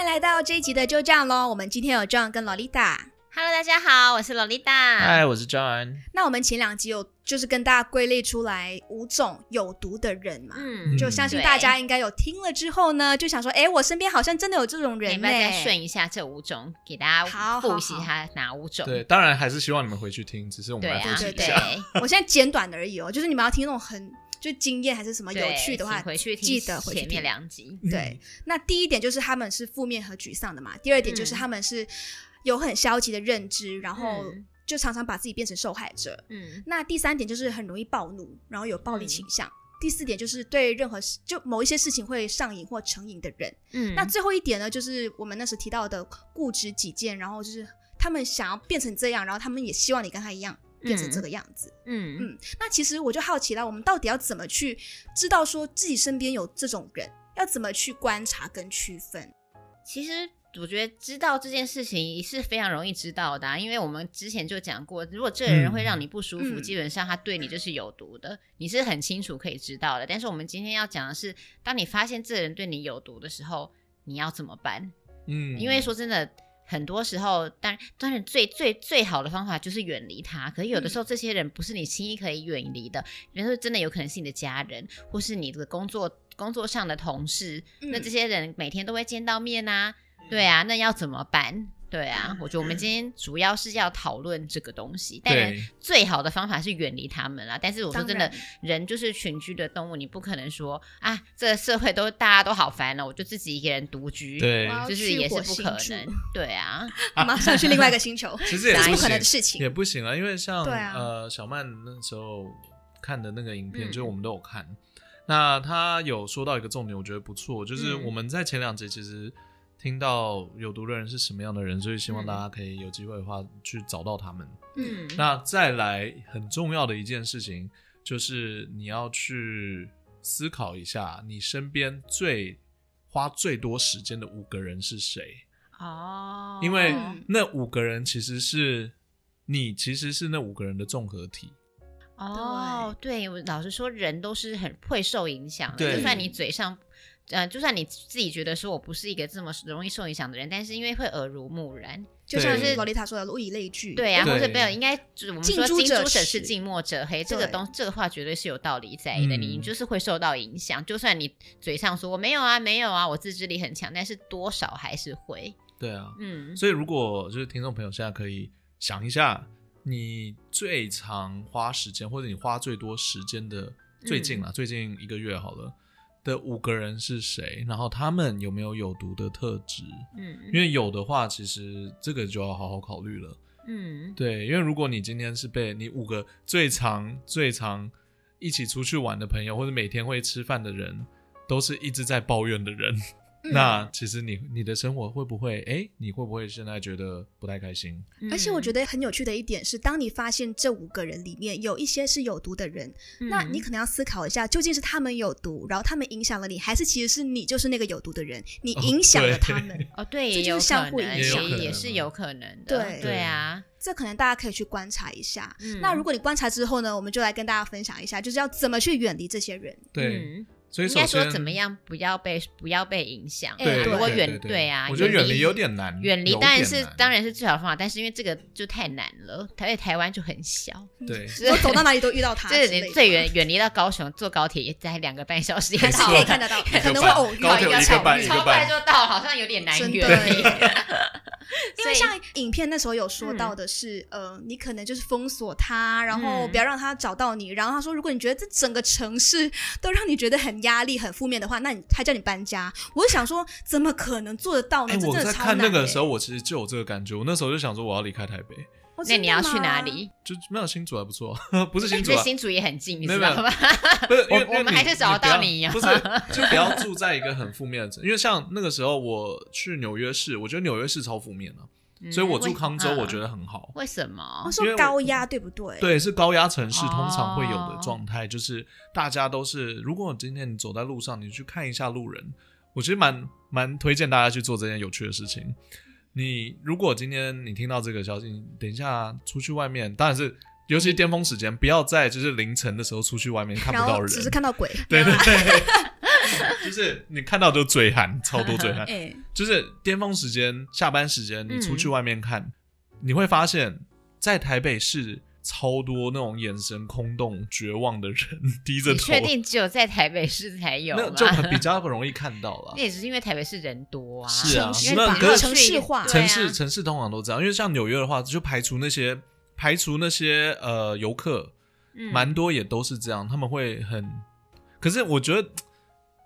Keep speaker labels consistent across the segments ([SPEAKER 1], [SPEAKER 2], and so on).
[SPEAKER 1] 迎来到这一集的就这样喽。我们今天有 John 跟 Lolita。
[SPEAKER 2] Hello，大家好，我是洛丽达。
[SPEAKER 3] 嗨，我是 John。
[SPEAKER 1] 那我们前两集有就是跟大家归类出来五种有毒的人嘛，
[SPEAKER 2] 嗯，
[SPEAKER 1] 就相信
[SPEAKER 2] 对
[SPEAKER 1] 大家应该有听了之后呢，就想说，哎，我身边好像真的有这种
[SPEAKER 2] 你
[SPEAKER 1] 人
[SPEAKER 2] 要不
[SPEAKER 1] 呢、
[SPEAKER 2] 要再顺一下这五种，给大
[SPEAKER 1] 好好
[SPEAKER 2] 家复习
[SPEAKER 1] 好
[SPEAKER 2] 它哪五种？
[SPEAKER 3] 嗯对，当然还是希望你们回去听，只是我们
[SPEAKER 2] 对
[SPEAKER 3] 来
[SPEAKER 2] 啊，
[SPEAKER 3] 复习
[SPEAKER 2] 对
[SPEAKER 3] 一下。
[SPEAKER 2] 对，
[SPEAKER 1] 我现在简短的而已哦，就是你们要听那种很就经验还是什么有
[SPEAKER 2] 对
[SPEAKER 1] 趣的话，
[SPEAKER 2] 请哎回去听
[SPEAKER 1] 记得回去
[SPEAKER 2] 前面
[SPEAKER 1] 听。
[SPEAKER 2] 两集。
[SPEAKER 3] 嗯
[SPEAKER 1] 对，那第一点就是他们是负面和沮丧的嘛，第二点就是
[SPEAKER 2] 嗯
[SPEAKER 1] 他们是有很消极的认知，然后
[SPEAKER 2] 嗯
[SPEAKER 1] 就常常把自己变成受害者。
[SPEAKER 2] 嗯
[SPEAKER 1] 那第三点就是很容易暴怒，然后有暴力
[SPEAKER 2] 嗯
[SPEAKER 1] 倾向。第四点就是对任何事，就某一些事情会上瘾或成瘾的人。
[SPEAKER 2] 嗯，
[SPEAKER 1] 那最后一点呢，就是我们那时提到的固执己见，然后就是他们想要变成这样，然后他们也希望你跟他一样变成这个样子。
[SPEAKER 2] 嗯
[SPEAKER 1] 嗯，那其实我就好奇了，我们到底要怎么去知道说自己身边有这种人，要怎么去观察跟区分？
[SPEAKER 2] 其实我觉得知道这件事情是非常容易知道的啊、因为我们之前就讲过，如果这个人会让你不舒服，
[SPEAKER 1] 嗯
[SPEAKER 2] 基本上他对你就是有毒的，你是很清楚可以知道的。但是我们今天要讲的是，当你发现这个人对你有毒的时候，你要怎么办？
[SPEAKER 3] 嗯
[SPEAKER 2] 因为说真的。很多时候，当然，当然最最最好的方法就是远离他。可是有的时候，这些人不是你轻易可以远离的，人说真的有可能是你的家人，或是你的工作工作上的同事，那
[SPEAKER 1] 嗯
[SPEAKER 2] 这些人每天都会见到面啊，对啊，那要怎么办？对啊，我觉得我们今天主要是要讨论这个东西，当然
[SPEAKER 3] 对
[SPEAKER 2] 最好的方法是远离他们啦。但是我说
[SPEAKER 1] 当
[SPEAKER 2] 真的
[SPEAKER 1] 然，
[SPEAKER 2] 人就是群居的动物，你不可能说啊，这个社会都大家都好烦哦了，我就自己一个人独居，
[SPEAKER 3] 对
[SPEAKER 1] 哇，
[SPEAKER 2] 就是也是不可
[SPEAKER 1] 去火星
[SPEAKER 2] 能
[SPEAKER 1] 住。
[SPEAKER 2] 对啊，
[SPEAKER 1] 马上去另外一个星 球，
[SPEAKER 3] 其实
[SPEAKER 1] 这
[SPEAKER 3] 也
[SPEAKER 1] 是
[SPEAKER 3] 不
[SPEAKER 1] 不可能
[SPEAKER 3] 行
[SPEAKER 1] 的，事情。
[SPEAKER 3] 也不行啊，因为像
[SPEAKER 1] 对啊
[SPEAKER 3] 呃小曼那时候看的那个影片，
[SPEAKER 2] 嗯
[SPEAKER 3] 就是我们都有看。那他有说到一个重点，我觉得不错，就是
[SPEAKER 2] 嗯
[SPEAKER 3] 我们在前两集其实听到有毒的人是什么样的人，所以希望
[SPEAKER 2] 嗯
[SPEAKER 3] 大家可以有机会的话去找到他们。
[SPEAKER 1] 嗯，
[SPEAKER 2] 嗯，
[SPEAKER 3] 那再来很重要的一件事情，就是你要去思考一下，你身边最花最多时间的五个人是谁？
[SPEAKER 2] 哦，
[SPEAKER 3] 因为
[SPEAKER 1] 嗯
[SPEAKER 3] 那五个人其实是你，其实是那五个人的综合体。
[SPEAKER 2] 哦，对，我老实说，人都是很会受影响的。
[SPEAKER 3] 对
[SPEAKER 2] 就算你嘴上，呃，就算你自己觉得说我不是一个这么容易受影响的人，但是因为会耳濡目染，
[SPEAKER 1] 就像
[SPEAKER 3] 对
[SPEAKER 1] 是洛丽塔说的“物以类聚”，
[SPEAKER 2] 对啊，
[SPEAKER 3] 对
[SPEAKER 2] 或者没有，应该就是我们
[SPEAKER 1] 近
[SPEAKER 2] 说
[SPEAKER 1] 朱
[SPEAKER 2] 近
[SPEAKER 1] 者
[SPEAKER 2] 朱者
[SPEAKER 1] 赤
[SPEAKER 2] 赤，近墨者黑，这个
[SPEAKER 1] 对
[SPEAKER 2] 东这个话绝对是有道理在的。
[SPEAKER 3] 嗯
[SPEAKER 2] 你就是会受到影响，就算你嘴上说我没有啊，没有啊，我自制力很强，但是多少还是会，
[SPEAKER 3] 对啊，
[SPEAKER 2] 嗯，
[SPEAKER 3] 所以如果就是听众朋友现在可以想一下，你最常花时间或者你花最多时间的最近啊，最近一个月好了的五个人是谁？然后他们有没有有毒的特质？
[SPEAKER 2] 嗯
[SPEAKER 3] 因为有的话，其实这个就要好好考虑了。
[SPEAKER 2] 嗯，
[SPEAKER 3] 对，因为如果你今天是被你五个最常最常一起出去玩的朋友，或者每天会吃饭的人，都是一直在抱怨的人，
[SPEAKER 1] 嗯
[SPEAKER 3] 那其实你你的生活会不会？哎，你会不会现在觉得不太开心？
[SPEAKER 1] 嗯而且我觉
[SPEAKER 3] 嗯
[SPEAKER 2] 得，
[SPEAKER 1] 得很有趣的一点是，当你发现这五个人里面有一些是有毒的人，那
[SPEAKER 2] 嗯
[SPEAKER 1] 你可能要思考一下，究竟是他们有毒，然后他们影响了你，还是其实是你就是那个有毒的人，你
[SPEAKER 3] 哦
[SPEAKER 1] 影响了
[SPEAKER 3] 对
[SPEAKER 1] 他们。
[SPEAKER 2] 哦，对，
[SPEAKER 1] 这
[SPEAKER 2] 也
[SPEAKER 1] 就是
[SPEAKER 2] 有
[SPEAKER 1] 相
[SPEAKER 2] 可
[SPEAKER 1] 互
[SPEAKER 2] 能，
[SPEAKER 1] 影
[SPEAKER 3] 响
[SPEAKER 2] 也
[SPEAKER 3] 的
[SPEAKER 2] 也是有可能的，
[SPEAKER 1] 对
[SPEAKER 2] 对啊，
[SPEAKER 1] 这可能大家可以去观察一下。
[SPEAKER 2] 嗯
[SPEAKER 1] 那如果你观察之后呢，我们就来跟大家分享一下，就是要怎么去远离这些人。
[SPEAKER 3] 对，
[SPEAKER 2] 嗯
[SPEAKER 3] 所以
[SPEAKER 2] 应
[SPEAKER 3] 首
[SPEAKER 2] 该
[SPEAKER 3] 先
[SPEAKER 2] 说怎么？样不要被不要被影响，
[SPEAKER 3] 对，
[SPEAKER 2] 如
[SPEAKER 3] 哎对
[SPEAKER 2] 果
[SPEAKER 3] 对
[SPEAKER 2] 远
[SPEAKER 3] 对
[SPEAKER 2] 对啊，
[SPEAKER 3] 我觉得远离有。点难，
[SPEAKER 2] 远离
[SPEAKER 3] 有
[SPEAKER 2] 当然
[SPEAKER 3] 点
[SPEAKER 2] 是
[SPEAKER 3] 难
[SPEAKER 2] 当然是最好的方法，但是因为这个就太难了，台北台湾就很小，
[SPEAKER 3] 对，
[SPEAKER 1] 我走到哪里都遇到 他之
[SPEAKER 2] 这
[SPEAKER 1] 类的，
[SPEAKER 2] 你最 远远离到高雄，坐高铁也才两个半小时，也
[SPEAKER 1] 还
[SPEAKER 2] 到
[SPEAKER 1] 是可以看 得到，可能会偶遇，
[SPEAKER 3] 高铁有一个半一个
[SPEAKER 2] 超快就到了，好像有点难
[SPEAKER 1] 真的
[SPEAKER 2] 远离。
[SPEAKER 1] 因为像影片那时候有说到的是，呃，你可能就是封锁他，然后
[SPEAKER 2] 嗯
[SPEAKER 1] 不要让他找到你。然后他说，如果你觉得这整个城市都让你觉得很压力、很负面的话，那你他叫你搬家。我就想说，怎么可能做得到呢？
[SPEAKER 3] 哎，
[SPEAKER 1] 这
[SPEAKER 3] 我
[SPEAKER 1] 真
[SPEAKER 3] 在
[SPEAKER 1] 的超难、
[SPEAKER 3] 看
[SPEAKER 1] 欸。
[SPEAKER 3] 那个时候，我其实就有这个感觉。我那时候就想说，我要离开台北，
[SPEAKER 1] 哦，
[SPEAKER 2] 那
[SPEAKER 1] 真的
[SPEAKER 2] 你要去哪
[SPEAKER 1] 吗？
[SPEAKER 2] 里？
[SPEAKER 3] 就没有新竹啊还不错， 不是新竹
[SPEAKER 2] 这
[SPEAKER 3] 啊，
[SPEAKER 2] 新竹也很近，你
[SPEAKER 3] 没
[SPEAKER 2] 知
[SPEAKER 3] 有
[SPEAKER 2] 道吗？
[SPEAKER 3] 不是，因为
[SPEAKER 2] 我我们还是找到你呀
[SPEAKER 3] 不 要不是，就不要住在一个很负面的城，因为像那个时候我去纽约市，我觉得纽约市超负面的、
[SPEAKER 2] 嗯
[SPEAKER 3] 所以我住康州，我觉
[SPEAKER 2] 得
[SPEAKER 3] 得很好。
[SPEAKER 2] 为什么
[SPEAKER 1] 我？说
[SPEAKER 3] 因为
[SPEAKER 1] 高压对不对？，
[SPEAKER 3] 对，是高压城市
[SPEAKER 2] 哦
[SPEAKER 3] 通常会有的状态，就是大家都是，如果今天你走在路上，你去看一下路人，我其实蛮蛮推荐大家去做这件有趣的事情。你如果今天你听到这个消息，你等一下出去外面，当然是尤其是巅峰时间，不要在就是凌晨的时候出去外面看不
[SPEAKER 1] 然
[SPEAKER 3] 到
[SPEAKER 1] 后
[SPEAKER 3] 人，
[SPEAKER 1] 只是看到鬼。
[SPEAKER 3] 对对对，就是你看到就醉汉，超多醉汉。
[SPEAKER 1] 哎，
[SPEAKER 3] 就是巅峰时间、下班时间，你出去
[SPEAKER 2] 嗯
[SPEAKER 3] 外面看，你会发现，在台北市超多那种眼神空洞、绝望的人 低着
[SPEAKER 2] 你
[SPEAKER 3] 头，
[SPEAKER 2] 确定只有在台北市才有
[SPEAKER 3] 那
[SPEAKER 2] 吗？
[SPEAKER 3] 就很比较不容易看到了
[SPEAKER 2] 那。也只是因为台北市人多啊，
[SPEAKER 3] 是啊
[SPEAKER 2] 因
[SPEAKER 3] 那
[SPEAKER 2] 为
[SPEAKER 3] 可是
[SPEAKER 1] 城市化
[SPEAKER 2] 对
[SPEAKER 3] 城
[SPEAKER 2] 啊
[SPEAKER 3] 市、城市通常都这样，因为像纽约的话，就排除那些排除那些呃游客，
[SPEAKER 2] 嗯
[SPEAKER 3] 蛮多也都是这样，他们会很。可是我觉得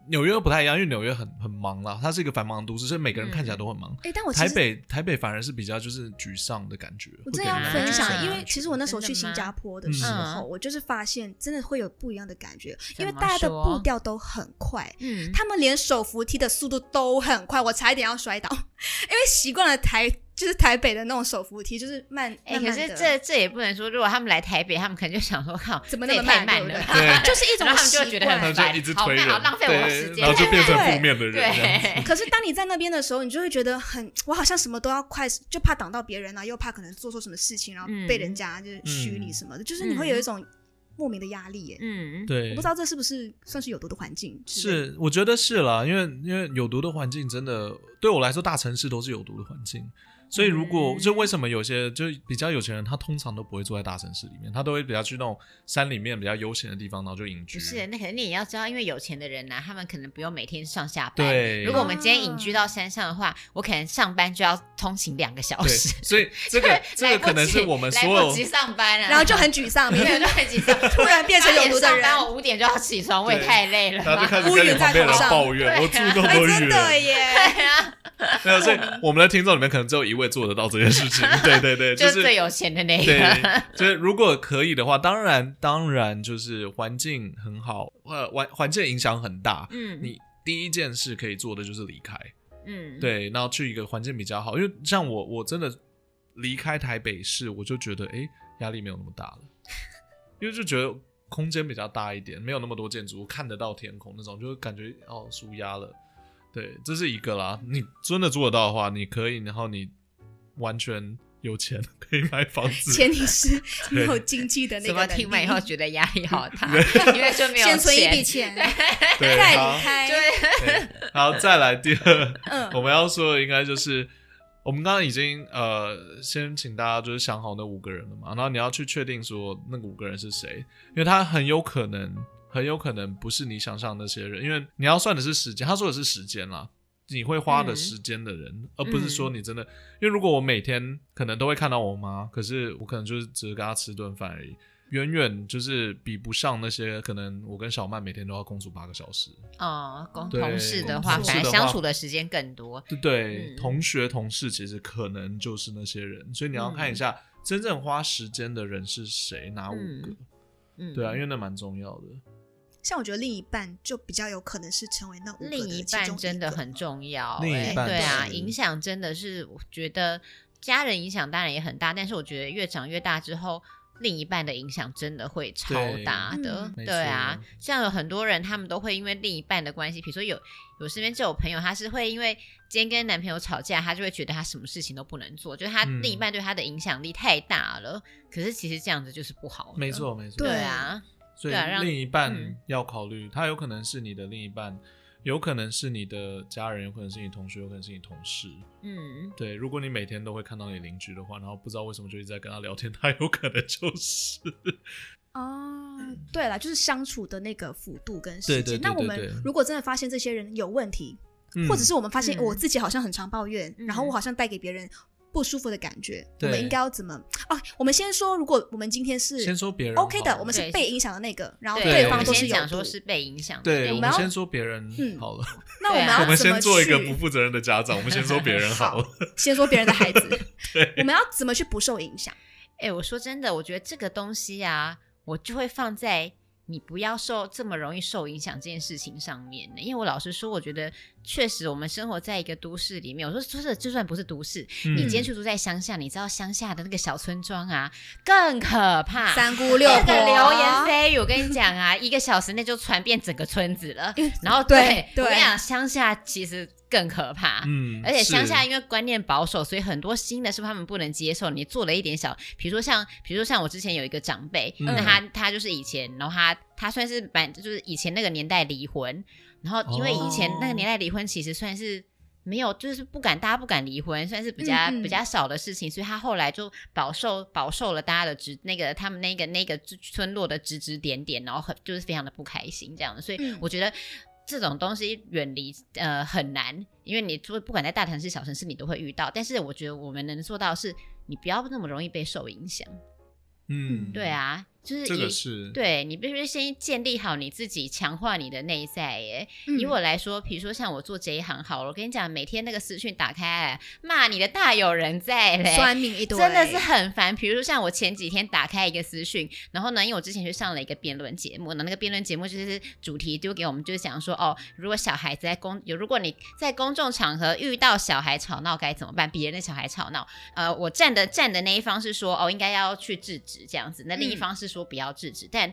[SPEAKER 3] 纽约不太一样，因为纽约很很忙啦，它是一个繁忙的都市，所以每个
[SPEAKER 2] 嗯
[SPEAKER 3] 人看起来都很忙。
[SPEAKER 1] 哎，但我其
[SPEAKER 3] 台
[SPEAKER 1] 实
[SPEAKER 3] 北台北反而是比较就是沮丧的感觉。
[SPEAKER 1] 我真的
[SPEAKER 3] 会
[SPEAKER 1] 要
[SPEAKER 3] 给人
[SPEAKER 1] 分
[SPEAKER 3] 沮丧的
[SPEAKER 1] 享，因
[SPEAKER 3] 感
[SPEAKER 1] 为
[SPEAKER 3] 觉
[SPEAKER 1] 其实我那时候
[SPEAKER 2] 真
[SPEAKER 1] 去
[SPEAKER 2] 的
[SPEAKER 1] 新
[SPEAKER 2] 吗
[SPEAKER 1] 加坡的时
[SPEAKER 3] 啊嗯
[SPEAKER 1] 候，我就是发现真的会有不一样的感觉，因为
[SPEAKER 2] 怎么
[SPEAKER 1] 大家的
[SPEAKER 2] 说
[SPEAKER 1] 步调都很快，
[SPEAKER 2] 嗯，
[SPEAKER 1] 他们连手扶梯的速度都很快，我差一点要摔倒， 因为习惯了台就是台北的那种手扶梯，就是慢慢
[SPEAKER 2] 哎、可
[SPEAKER 1] 慢
[SPEAKER 2] 是
[SPEAKER 1] 的，
[SPEAKER 2] 这这也不能说，如果他们来台北，他们可能就想说，靠，
[SPEAKER 1] 怎么
[SPEAKER 2] 这
[SPEAKER 1] 那
[SPEAKER 2] 也
[SPEAKER 1] 么
[SPEAKER 2] 太
[SPEAKER 1] 慢，对不
[SPEAKER 2] 了
[SPEAKER 1] 对
[SPEAKER 2] 吧。？
[SPEAKER 3] 对
[SPEAKER 1] 就 是一种
[SPEAKER 2] 然后他们就会
[SPEAKER 1] 习
[SPEAKER 2] 觉得很
[SPEAKER 3] 然后
[SPEAKER 1] 惯。
[SPEAKER 3] 就一直推
[SPEAKER 2] 好
[SPEAKER 3] 人，
[SPEAKER 2] 慢好浪费我的时
[SPEAKER 3] 对，
[SPEAKER 2] 间
[SPEAKER 3] 然后就变成
[SPEAKER 1] 对
[SPEAKER 3] 负面的人。这样 子
[SPEAKER 2] 对，
[SPEAKER 1] 可是当你在那边的时候，你就会觉得很，我好像什么都要快，就怕挡到别人啊，又怕可能做错什么事情，然后被
[SPEAKER 2] 嗯
[SPEAKER 1] 人家就是虚你什么的，就是你会有一种莫名的压力耶。
[SPEAKER 2] 嗯，
[SPEAKER 3] 对，
[SPEAKER 1] 我不知道这是不是算是有毒的环境之类的，
[SPEAKER 3] 是，我觉得是啦，因为因为有毒的环境真的对我来说，大城市都是有毒的环境。所以如果、
[SPEAKER 2] 嗯
[SPEAKER 3] 就为什么有些就比较有钱人，他通常都不会住在大城市里面，他都会比较去那种山里面比较悠闲的地方，然后就隐居。
[SPEAKER 2] 不是，那可能你也要知道，因为有钱的人呐、啊他们可能不用每天上下班。
[SPEAKER 3] 对
[SPEAKER 2] 如果我们今天隐居
[SPEAKER 1] 啊
[SPEAKER 2] 到山上的话，我可能上班就要通勤两个小
[SPEAKER 3] 对，
[SPEAKER 2] 时。
[SPEAKER 3] 所以 这个这
[SPEAKER 2] 来
[SPEAKER 3] 个
[SPEAKER 2] 不
[SPEAKER 3] 可能是
[SPEAKER 2] 及
[SPEAKER 3] 我们
[SPEAKER 2] 来
[SPEAKER 3] 所
[SPEAKER 2] 不
[SPEAKER 3] 有
[SPEAKER 2] 及上班啊，
[SPEAKER 1] 然后就很沮丧，每
[SPEAKER 2] 对，
[SPEAKER 1] 天
[SPEAKER 2] 就很紧张。
[SPEAKER 1] 突然变成有毒的
[SPEAKER 2] 上
[SPEAKER 1] 人
[SPEAKER 2] 班，。我五点就要起床，我也
[SPEAKER 3] 对
[SPEAKER 2] 太累了
[SPEAKER 3] 然后就
[SPEAKER 2] 吧。
[SPEAKER 3] 开始
[SPEAKER 1] 乌
[SPEAKER 3] 跟
[SPEAKER 1] 云
[SPEAKER 3] 你
[SPEAKER 1] 在
[SPEAKER 3] 旁边
[SPEAKER 1] 头
[SPEAKER 3] 人
[SPEAKER 1] 上
[SPEAKER 3] 抱怨，
[SPEAKER 2] 对
[SPEAKER 3] 我住那么
[SPEAKER 1] 哎，真的
[SPEAKER 3] 远，
[SPEAKER 1] 耶！
[SPEAKER 2] 对啊，
[SPEAKER 3] 没有，所以我们的听众里面可能只有一位做得到这件事情。对对 对，
[SPEAKER 2] 就是
[SPEAKER 3] 是
[SPEAKER 2] 最有钱的那一个。
[SPEAKER 3] 对，就是如果可以的话，当然当然就是环境很好，呃，环环境影响很大。
[SPEAKER 2] 嗯，
[SPEAKER 3] 你第一件事可以做的就是离开，
[SPEAKER 2] 嗯，
[SPEAKER 3] 对，然后去一个环境比较好。因为像我，我真的离开台北市，我就觉得诶压力没有那么大了，因为就觉得空间比较大一点，没有那么多建筑物，看得到天空那种，就感觉哦舒压了。对，这是一个啦。你真的做得到的话，你可以，然后你完全有钱 可以买房 子，
[SPEAKER 1] 前提 是没
[SPEAKER 3] 对
[SPEAKER 1] 有经济的那
[SPEAKER 2] 怎
[SPEAKER 1] 个
[SPEAKER 2] 么
[SPEAKER 1] 能
[SPEAKER 2] 听完以
[SPEAKER 1] 力
[SPEAKER 2] 后，觉得压力好 大，因为就没有
[SPEAKER 1] 先存一
[SPEAKER 2] 钱
[SPEAKER 1] 笔钱，
[SPEAKER 3] 对，
[SPEAKER 1] 再
[SPEAKER 3] 好
[SPEAKER 1] 离开。
[SPEAKER 2] 对，
[SPEAKER 3] 对，然后再来第二，
[SPEAKER 1] 嗯
[SPEAKER 3] 我们要说的应该就是，我们刚刚已经呃，先请大家就是想好那五个人了嘛，然后你要去确定说那五个人是谁，因为他很有可能，很有可能不是你想象的那些人，因为你要算的是时间，他说的是时间啦。你会花的
[SPEAKER 2] 嗯
[SPEAKER 3] 时间的人，而不是说你真的，因为如果我每天可能都会看到我妈，可是我可能就是只是跟她吃顿饭而已，远远就是比不上那些可能我跟小曼每天都要共处八个小时，
[SPEAKER 2] 哦，公
[SPEAKER 3] 对
[SPEAKER 2] 同事的话，
[SPEAKER 1] 同事
[SPEAKER 2] 反而
[SPEAKER 3] 的话
[SPEAKER 2] 相处的时间更多。
[SPEAKER 3] 对对，
[SPEAKER 2] 嗯
[SPEAKER 3] 同学同事其实可能就是那些人，所以你要看一
[SPEAKER 2] 嗯
[SPEAKER 3] 下、真正花时间的人是谁，哪五个？
[SPEAKER 2] 嗯嗯，
[SPEAKER 3] 对啊，因为那蛮重要的。
[SPEAKER 1] 像我觉得另一半就比较有可能是成为那五个
[SPEAKER 2] 另
[SPEAKER 1] 的
[SPEAKER 2] 一
[SPEAKER 1] 其中
[SPEAKER 2] 半真的
[SPEAKER 1] 个
[SPEAKER 2] 很重要、
[SPEAKER 3] 另一
[SPEAKER 2] 哎
[SPEAKER 3] 半
[SPEAKER 2] 对啊，
[SPEAKER 3] 是
[SPEAKER 2] 影响真的是，我觉得家人影响当然也很大，但是我觉得越长越大之后。另一半的影响真的会超大的
[SPEAKER 1] 嗯，
[SPEAKER 3] 没
[SPEAKER 2] 对啊
[SPEAKER 3] 错，
[SPEAKER 2] 像有很多人他们都会因为另一半的关系，比如说有有身边就有朋友，他是会因为今天跟男朋友吵架，他就会觉得他什么事情都不能做，就是他
[SPEAKER 3] 嗯
[SPEAKER 2] 另一半对他的影响力太大了。可是其实这样子就是不好，
[SPEAKER 3] 没，错，没错。
[SPEAKER 2] 对啊，
[SPEAKER 3] 所以
[SPEAKER 2] 对啊让
[SPEAKER 3] 另一半
[SPEAKER 2] 嗯
[SPEAKER 3] 要考虑，他有可能是你的另一半，有可能是你的家人，有可能是你同学，有可能是你同事。
[SPEAKER 2] 嗯，
[SPEAKER 3] 对，如果你每天都会看到你邻居的话，然后不知道为什么就一直在跟他聊天，他有可能就是
[SPEAKER 1] 哦，对了，就是相处的那个幅度跟时
[SPEAKER 3] 对
[SPEAKER 1] 间。
[SPEAKER 3] 对对
[SPEAKER 1] 那我
[SPEAKER 3] 对
[SPEAKER 1] 们
[SPEAKER 3] 对
[SPEAKER 1] 如果真的发现这些人有问题，
[SPEAKER 3] 嗯
[SPEAKER 1] 或者是我们发现
[SPEAKER 2] 嗯
[SPEAKER 1] 我自己好像很常抱怨，
[SPEAKER 2] 嗯
[SPEAKER 1] 然后我好像带给别人不舒服的感觉，
[SPEAKER 3] 对
[SPEAKER 1] 我们应该要怎么？哦，我们先说，如果我们今天
[SPEAKER 3] 先
[SPEAKER 1] 是
[SPEAKER 3] 说别人
[SPEAKER 1] OK 的，
[SPEAKER 3] 好了
[SPEAKER 1] 我们是
[SPEAKER 2] 对
[SPEAKER 1] 被影响的那个，然后
[SPEAKER 3] 对
[SPEAKER 1] 方
[SPEAKER 2] 我
[SPEAKER 1] 都
[SPEAKER 2] 们
[SPEAKER 1] 是
[SPEAKER 2] 先
[SPEAKER 1] 有
[SPEAKER 2] 讲
[SPEAKER 1] 毒
[SPEAKER 2] 说，是被影响的，
[SPEAKER 3] 对，
[SPEAKER 1] 我
[SPEAKER 3] 我
[SPEAKER 1] 们
[SPEAKER 3] 们
[SPEAKER 1] 要
[SPEAKER 3] 先说别人
[SPEAKER 1] 嗯
[SPEAKER 3] 好了。
[SPEAKER 1] 那我们
[SPEAKER 2] 对啊
[SPEAKER 1] 要
[SPEAKER 3] 我们
[SPEAKER 1] 怎么
[SPEAKER 3] 先做一个
[SPEAKER 1] 去
[SPEAKER 3] 不负责任的家长，我们先说别人 好了。
[SPEAKER 1] 先说别人的孩子，我们要怎么去不受影响？
[SPEAKER 2] 哎、我说真的，我觉得这个东西啊，我就会放在你不要受这么容易受影响这件事情上面呢。因为我老实说，我觉得确实我们生活在一个都市里面，我说说的就算不是都市，你今天
[SPEAKER 3] 嗯
[SPEAKER 2] 去住在乡下，你知道乡下的那个小村庄啊，更可怕。
[SPEAKER 1] 三姑六
[SPEAKER 2] 那
[SPEAKER 1] 婆
[SPEAKER 2] 个流言蜚语，我跟你讲啊，一个小时内就传遍整个村子了。然后
[SPEAKER 1] 嗯对
[SPEAKER 2] 对，
[SPEAKER 1] 对
[SPEAKER 2] 我跟你讲，乡下其实更可怕。
[SPEAKER 3] 嗯，
[SPEAKER 2] 而且乡
[SPEAKER 3] 是
[SPEAKER 2] 下因为观念保守，所以很多新的是他们不能接受。你做了一点小，比如说像，比如说像我之前有一个长辈，
[SPEAKER 3] 嗯
[SPEAKER 2] 那他他就是以前，然后他他算是蛮就是以前那个年代离婚，然后因为以前
[SPEAKER 3] 哦
[SPEAKER 2] 那个年代离婚其实算是。没有，就是不敢，大家不敢离婚，算是比较、
[SPEAKER 1] 嗯嗯
[SPEAKER 2] 比较少的事情，所以他后来就饱受饱受了大家的指那个他们那个那个村落的指指点点，然后很就是非常的不开心这样子，所以
[SPEAKER 1] 嗯
[SPEAKER 2] 我觉得这种东西远离呃很难，因为你做不管在大城市、小城市，你都会遇到。但是我觉得我们能做到的是，你不要那么容易被受影响。
[SPEAKER 3] 嗯，
[SPEAKER 2] 对，啊，就是
[SPEAKER 3] 这个
[SPEAKER 2] 以
[SPEAKER 3] 是，
[SPEAKER 2] 对你必须先建立好你自己，强化你的内在耶。以
[SPEAKER 1] 嗯
[SPEAKER 2] 我来说，比如说像我做这一行好了，我跟你讲，每天那个私讯打开来，骂你的大有人在嘞，
[SPEAKER 1] 酸民一堆，
[SPEAKER 2] 真的是很烦。比如说像我前几天打开一个私讯，然后呢，因为我之前去上了一个辩论节目，那那个辩论节目就是主题丢给我们，就是讲说哦，如果小孩子在公有，如果你在公众场合遇到小孩吵闹该怎么办？别人的小孩吵闹，呃，我站的站的那一方是说哦，应该要去制止这样子，那另一
[SPEAKER 1] 嗯
[SPEAKER 2] 方是说不哦要制止，但。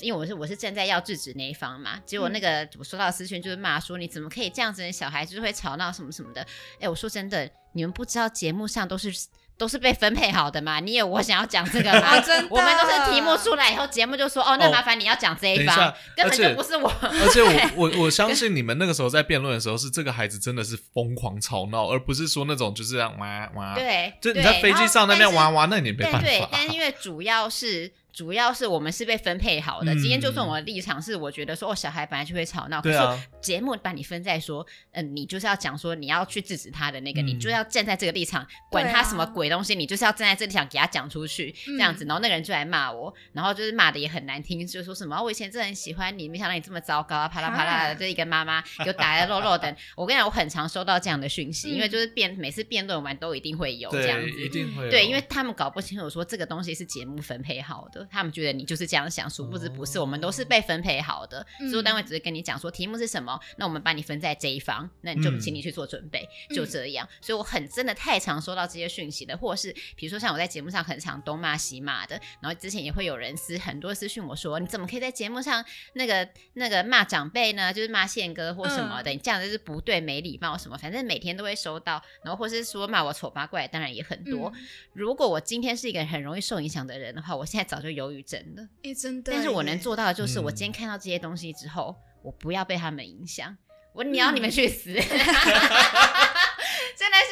[SPEAKER 2] 因为我是我是站在要制止那一方嘛，结果那个我收到的私讯就是骂说你怎么可以这样子，你小孩就是会吵闹什么什么的。哎，我说真的，你们不知道节目上都是都是被分配好的嘛？你有我想要讲这个吗
[SPEAKER 1] 啊，？真的，
[SPEAKER 2] 我们都是题目出来以后，节目就说哦，那
[SPEAKER 3] 哦
[SPEAKER 2] 麻烦你要讲这
[SPEAKER 3] 等一
[SPEAKER 2] 方，
[SPEAKER 3] 下，
[SPEAKER 2] 根
[SPEAKER 3] 而
[SPEAKER 2] 本
[SPEAKER 3] 且啊
[SPEAKER 2] 就不是我。
[SPEAKER 3] 而且我我 我相信你们那个时候在辩论的时候，是这个孩子真的是疯狂吵闹，而不是说那种就是这样哇哇。，
[SPEAKER 2] 对，
[SPEAKER 3] 就你
[SPEAKER 2] 对
[SPEAKER 3] 在飞机上那边，哇
[SPEAKER 2] 然后
[SPEAKER 3] 哇，那你也没
[SPEAKER 2] 但
[SPEAKER 3] 办
[SPEAKER 2] 是对对，
[SPEAKER 3] 法
[SPEAKER 2] 但。是因为主要是。主要是我们是被分配好的。
[SPEAKER 3] 嗯
[SPEAKER 2] 今天就算我的立场是，我觉得说哦，小孩本来就会吵闹，可
[SPEAKER 3] 对
[SPEAKER 2] 是
[SPEAKER 3] 啊，
[SPEAKER 2] 节目把你分在说，嗯、你就是要讲说你要去制止他的那个，你
[SPEAKER 3] 嗯
[SPEAKER 2] 就要站在这个立场，管
[SPEAKER 1] 对啊
[SPEAKER 2] 他什么鬼东西，你就是要站在这立场给他讲出去，
[SPEAKER 1] 嗯
[SPEAKER 2] 这样子。然后那个人就来骂我，然后就是骂的也很难听，就说什么、哦我以前真的很喜欢你，没想到你这么糟糕啊，啪啦啪啦
[SPEAKER 1] 啊
[SPEAKER 2] 的，这一个妈妈有打的肉肉的。 我跟你讲，我很常收到这样的讯息，
[SPEAKER 1] 嗯
[SPEAKER 2] 因为就是辩每次辩论完都一定会有这样
[SPEAKER 3] 对，
[SPEAKER 2] 子。
[SPEAKER 3] 一定会有哦
[SPEAKER 2] 对，因为他们搞不清楚说这个东西是节目分配好的，他们觉得你就是这样想，殊不知不是，
[SPEAKER 3] 哦
[SPEAKER 2] 我们都是被分配好的。
[SPEAKER 1] 嗯
[SPEAKER 2] 制作单位只是跟你讲说题目是什么，那我们把你分在这一方，那你就
[SPEAKER 3] 嗯
[SPEAKER 2] 请你去做准备，就这样。所以我很真的太常收到这些讯息的，或者是比如说像我在节目上很常东骂西骂的，然后之前也会有人私很多私讯我说，你怎么可以在节目上那个那个骂长辈呢？就是骂宪哥或什么的，你这样就是不对，没礼貌什么，反正每天都会收到，然后或是说骂我丑八怪，当然也很多。
[SPEAKER 1] 嗯
[SPEAKER 2] 如果我今天是一个很容易受影响的人的话，我现在早就忧郁症了。
[SPEAKER 1] 诶真的耶，
[SPEAKER 2] 但是我能做到的就是，
[SPEAKER 3] 嗯
[SPEAKER 2] 我今天看到这些东西之后，我不要被他们影响。我
[SPEAKER 1] 嗯
[SPEAKER 2] 你要你们 去死！真的是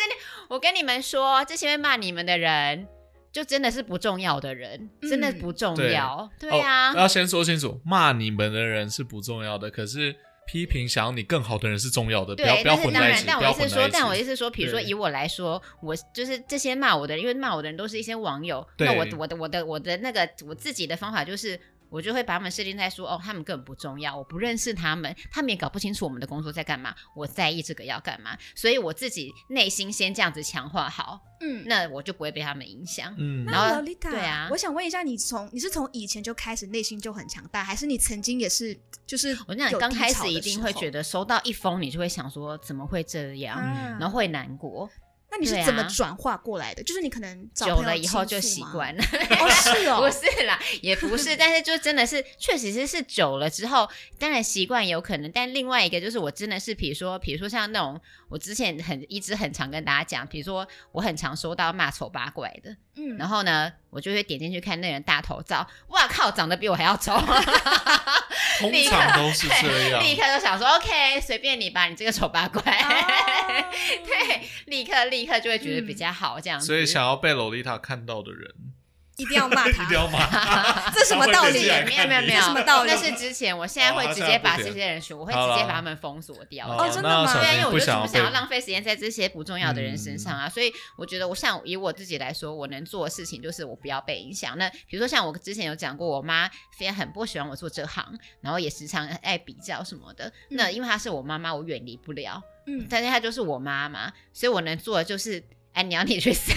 [SPEAKER 2] 你，我跟你们说，这些会骂你们的人，就真的是不重要的人，
[SPEAKER 1] 嗯
[SPEAKER 2] 真的不重要。对
[SPEAKER 3] 哦
[SPEAKER 2] 啊，
[SPEAKER 3] 要先说清楚，骂你们的人是不重要的，可是批评想要你更好的人是重要的，不要
[SPEAKER 2] 对，
[SPEAKER 3] 不要
[SPEAKER 2] 但是
[SPEAKER 3] 混
[SPEAKER 2] 当
[SPEAKER 3] 在一
[SPEAKER 2] 然
[SPEAKER 3] 起，，
[SPEAKER 2] 但
[SPEAKER 3] 不
[SPEAKER 2] 我
[SPEAKER 3] 要
[SPEAKER 2] 意思
[SPEAKER 3] 混
[SPEAKER 2] 是说，但我
[SPEAKER 3] 在一
[SPEAKER 2] 意
[SPEAKER 3] 起。
[SPEAKER 2] 思是说，比如说
[SPEAKER 3] 对
[SPEAKER 2] 以我来说，我就是这些骂我的人，因为骂我的人都是一些网友，
[SPEAKER 3] 对
[SPEAKER 2] 那我我的我的我的那个我自己的方法就是。我就会把他们设定在说，哦，他们根本不重要，我不认识他们，他们也搞不清楚我们的工作在干嘛，我在意这个要干嘛，所以我自己内心先这样子强化好，
[SPEAKER 1] 嗯。
[SPEAKER 2] 那我就不会被他们影响。
[SPEAKER 3] 嗯，
[SPEAKER 2] 然后
[SPEAKER 1] 那 Lolita，
[SPEAKER 2] 对啊
[SPEAKER 1] 我想问一下，你从你是从以前就开始内心就很强大，还是你曾经也是就是
[SPEAKER 2] 我跟你讲，刚开始一定会觉
[SPEAKER 1] 得，
[SPEAKER 2] 得收到一封，你就会想说，怎么会这样，
[SPEAKER 1] 啊
[SPEAKER 2] 然后会难过，
[SPEAKER 1] 那你是
[SPEAKER 2] 对啊
[SPEAKER 1] 怎么转化过来的？就是你可能找
[SPEAKER 2] 久
[SPEAKER 1] 朋友
[SPEAKER 2] 了以后就
[SPEAKER 1] 倾诉
[SPEAKER 2] 习
[SPEAKER 1] 吗，
[SPEAKER 2] 惯 了。
[SPEAKER 1] 哦，是
[SPEAKER 2] 不
[SPEAKER 1] 哦，
[SPEAKER 2] 是啦，也不是，但是就真的是，确实是是久了之后，当然习惯有可能，但另外一个就是我真的是，比如说，比如说像那种我之前很一直很常跟大家讲，比如说我很常收到骂丑八怪的，
[SPEAKER 1] 嗯，
[SPEAKER 2] 然后呢，我就会点进去看那人大头照，哇靠，长得比我还要丑。
[SPEAKER 3] 通
[SPEAKER 2] 立刻
[SPEAKER 3] 常都是这 样，
[SPEAKER 2] 立刻就想说，OK，随便你吧，你这个丑八怪，
[SPEAKER 1] 啊
[SPEAKER 2] 对，立刻立刻就会觉得比较好这样子。
[SPEAKER 3] 所以想要被洛丽塔看到的人，
[SPEAKER 1] 一定 要骂
[SPEAKER 3] 一定
[SPEAKER 1] 他，
[SPEAKER 3] 要骂。
[SPEAKER 1] 这什么道
[SPEAKER 3] 他会
[SPEAKER 1] 理
[SPEAKER 3] 生气？啊
[SPEAKER 2] 没有没有没
[SPEAKER 1] 这
[SPEAKER 2] 有，
[SPEAKER 1] 什么道理
[SPEAKER 2] 那是之前，我现在会直接把这些人选，我会直接把他们封锁掉。
[SPEAKER 1] 哦真的
[SPEAKER 3] 那
[SPEAKER 1] 吗
[SPEAKER 3] 小
[SPEAKER 2] 对啊，
[SPEAKER 3] 心
[SPEAKER 2] 因为我
[SPEAKER 3] 不
[SPEAKER 2] 就是
[SPEAKER 3] 想
[SPEAKER 2] 不
[SPEAKER 3] 被
[SPEAKER 2] 想要浪费时间在这些不重要的人身上啊，所以我觉得，我像以我自己来说，我能做的事情就是我不要被影响。那比如说像我之前有讲过，我妈非常很不喜欢我做这行，然后也时常爱比较什么的。那因为她是我妈妈，我远离不了，
[SPEAKER 1] 嗯，
[SPEAKER 2] 但是她就是我妈妈，所以我能做的就是，哎，鸟你去死，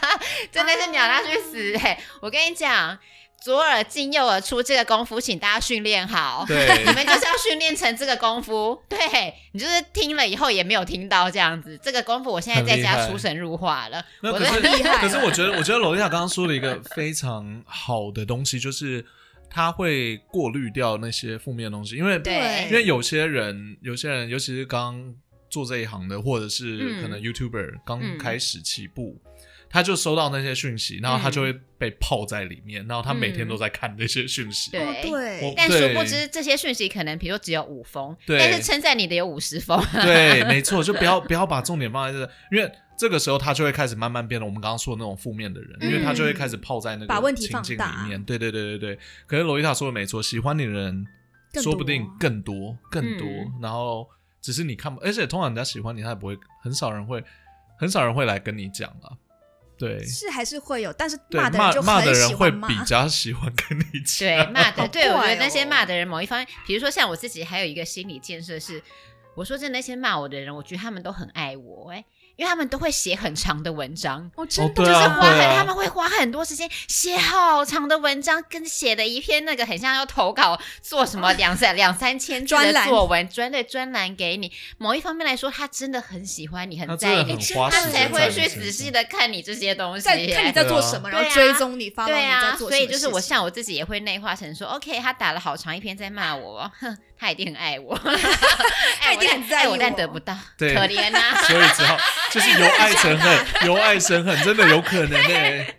[SPEAKER 2] 真的是鸟她去死、
[SPEAKER 3] 啊
[SPEAKER 2] 哎、我跟你讲，左耳进右耳出这个功夫，请大家训练好。
[SPEAKER 3] 对
[SPEAKER 2] 你，们就是要训练成这个功夫，对你就是听了以后也没有听到这样子。这个功夫我现在在
[SPEAKER 3] 很厉
[SPEAKER 2] 家
[SPEAKER 3] 害
[SPEAKER 2] 出神入化了，
[SPEAKER 3] 那
[SPEAKER 2] 我
[SPEAKER 3] 可
[SPEAKER 2] 的
[SPEAKER 3] 是
[SPEAKER 1] 厉害了
[SPEAKER 3] 可是我觉得，我觉得罗丽塔刚刚说了一 个非常好的东西，就是他会过滤掉那些负面的东西，因为
[SPEAKER 2] 对
[SPEAKER 3] 因为有些人，有些人，尤其是刚做这一行的，或者是
[SPEAKER 2] 嗯
[SPEAKER 3] 可能 YouTuber 刚开始起步，他就收到那些讯息，然后
[SPEAKER 2] 嗯
[SPEAKER 3] 他就会被泡在里面，然后他每天都在看这些讯息。
[SPEAKER 2] 对
[SPEAKER 1] 哦对
[SPEAKER 3] 我
[SPEAKER 2] 但殊不
[SPEAKER 3] 对
[SPEAKER 2] 知这些讯息可能，比如说只有五封，
[SPEAKER 3] 对
[SPEAKER 2] 但是称赞你的有五十封。啊
[SPEAKER 3] 对，没错，就不要不要把重点放在这，因为这个时候他就会开始慢慢变得我们刚刚说的那种负面的人，因为他就会开始泡在那
[SPEAKER 1] 嗯把问
[SPEAKER 3] 个
[SPEAKER 1] 题
[SPEAKER 3] 情
[SPEAKER 1] 放
[SPEAKER 3] 境
[SPEAKER 1] 大
[SPEAKER 3] 里面。对对对对对。可是罗伊塔说的没错，喜欢你的人
[SPEAKER 1] 更
[SPEAKER 3] 说
[SPEAKER 1] 多
[SPEAKER 3] 不定更多更多，
[SPEAKER 2] 嗯
[SPEAKER 3] 然后只是你看不，而且通常人家喜欢你，他也不会，很少人会，很少人会来跟你讲啊。对。
[SPEAKER 1] 是还是会有，但是
[SPEAKER 3] 对，
[SPEAKER 1] 骂的
[SPEAKER 3] 骂
[SPEAKER 1] 就
[SPEAKER 3] 骂的
[SPEAKER 1] 很
[SPEAKER 3] 人
[SPEAKER 1] 喜
[SPEAKER 3] 会
[SPEAKER 1] 欢
[SPEAKER 3] 比
[SPEAKER 1] 骂，
[SPEAKER 3] 较喜欢跟你讲。
[SPEAKER 2] 对，骂的，
[SPEAKER 1] 好
[SPEAKER 2] 对我觉
[SPEAKER 1] 怪
[SPEAKER 2] 得那些
[SPEAKER 1] 哦
[SPEAKER 2] 骂的人，某一方面，比如说像我自己，还有一个心理建设是，我说真的，那些骂我的人，我觉得他们都很爱我、哎，因为他们都会写很长的文章。
[SPEAKER 1] 哦，
[SPEAKER 3] 哦
[SPEAKER 1] 真的
[SPEAKER 3] 对
[SPEAKER 2] 就是
[SPEAKER 3] 啊
[SPEAKER 2] 花很，
[SPEAKER 3] 会啊
[SPEAKER 2] 他们会花很多时间写好长的文章，跟写了一篇那个很像要投稿做什么两三两三千字
[SPEAKER 1] 专
[SPEAKER 2] 的
[SPEAKER 1] 栏
[SPEAKER 2] 作文专对专栏给你。某一方面来说，他真的很喜欢你，
[SPEAKER 3] 他
[SPEAKER 2] 很
[SPEAKER 3] 真
[SPEAKER 2] 在
[SPEAKER 3] 的
[SPEAKER 2] 意
[SPEAKER 3] 很
[SPEAKER 2] 你，
[SPEAKER 3] 花
[SPEAKER 2] 他
[SPEAKER 3] 时
[SPEAKER 2] 才
[SPEAKER 3] 间
[SPEAKER 2] 会
[SPEAKER 3] 在
[SPEAKER 2] 去
[SPEAKER 3] 你身
[SPEAKER 2] 仔细
[SPEAKER 3] 上。
[SPEAKER 2] 的看你这些东西。
[SPEAKER 1] 在看你
[SPEAKER 2] 哎
[SPEAKER 1] 在做
[SPEAKER 3] 对啊
[SPEAKER 1] 什么，然
[SPEAKER 2] 对
[SPEAKER 1] 后
[SPEAKER 2] 啊
[SPEAKER 1] 追踪你，发
[SPEAKER 2] 对
[SPEAKER 1] 你在
[SPEAKER 2] 啊，
[SPEAKER 1] 做
[SPEAKER 2] 所
[SPEAKER 1] 什么事情。
[SPEAKER 2] 以就是我像我自己也会内化成说，OK，他打了好长一篇在骂我，哼，他一定很 爱我，他
[SPEAKER 1] 一定很在意
[SPEAKER 2] 哎我，但
[SPEAKER 1] 哎我
[SPEAKER 2] 得不到，
[SPEAKER 3] 对
[SPEAKER 2] 可怜啊呐、
[SPEAKER 3] 所以只好就是由爱生恨，由爱生恨，真的有可能欸呢、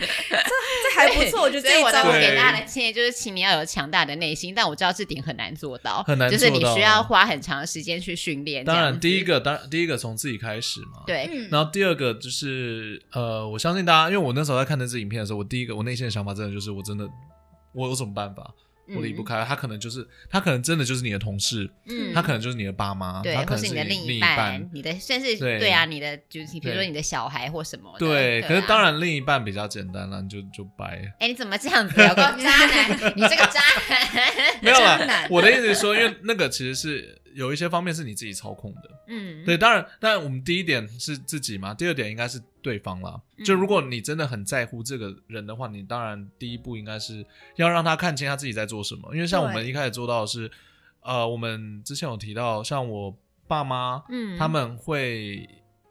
[SPEAKER 1] 这 还不错，我觉得
[SPEAKER 2] 所
[SPEAKER 1] 这
[SPEAKER 2] 以
[SPEAKER 1] 一
[SPEAKER 2] 我
[SPEAKER 1] 招
[SPEAKER 2] 都
[SPEAKER 3] 对
[SPEAKER 2] 给哎大家的建议就是，请你要有强大的内心，但我知道这点很难做到，
[SPEAKER 3] 很难
[SPEAKER 2] 就是
[SPEAKER 3] 做
[SPEAKER 2] 你
[SPEAKER 3] 到啊
[SPEAKER 2] 需要花很长的时间去训练。
[SPEAKER 3] 当
[SPEAKER 2] 这样
[SPEAKER 3] 然，
[SPEAKER 2] 子
[SPEAKER 3] 第一个当然第一个从自己开始嘛。。
[SPEAKER 2] 对，
[SPEAKER 1] 嗯，
[SPEAKER 3] 然后第二个就是呃，我相信大家，因为我那时候在看那支影片的时候，我第一个我内心的想法真的就是，我真的我有什么办法？我离不开、他，可能就是他，可能真的就是你的同事，
[SPEAKER 2] 嗯
[SPEAKER 3] 他可能就是你的爸妈，
[SPEAKER 2] 对
[SPEAKER 3] 他，可
[SPEAKER 2] 或是
[SPEAKER 3] 能
[SPEAKER 2] 你
[SPEAKER 3] 你
[SPEAKER 2] 的
[SPEAKER 3] 另
[SPEAKER 2] 一
[SPEAKER 3] 半。
[SPEAKER 2] 你的甚至
[SPEAKER 3] 对
[SPEAKER 2] 对啊，你的就是比如说
[SPEAKER 3] 对
[SPEAKER 2] 你的小孩或什么的。
[SPEAKER 3] 对，可是
[SPEAKER 2] 啊
[SPEAKER 3] 当。然另一半比较简单了，你就就 掰。
[SPEAKER 2] 哎，你怎么这样子？有个渣男， 你这个渣男。
[SPEAKER 3] 没有
[SPEAKER 1] 真
[SPEAKER 3] 啦
[SPEAKER 1] 难，
[SPEAKER 3] 我的意思是说， 因为那个其实是有一些方面是你自己操控的，
[SPEAKER 2] 嗯，
[SPEAKER 3] 对，当然，当然，我们第一点是自己嘛，第二点应该是对方啦。
[SPEAKER 2] 嗯
[SPEAKER 3] 就如果你真的很在乎这个人的话，你当然第一步应该是要让他看清他自己在做什么。因为像我们
[SPEAKER 1] 对
[SPEAKER 3] 一开始做到的是，呃，我们之前有提到，像我爸妈，
[SPEAKER 2] 嗯
[SPEAKER 3] 他们会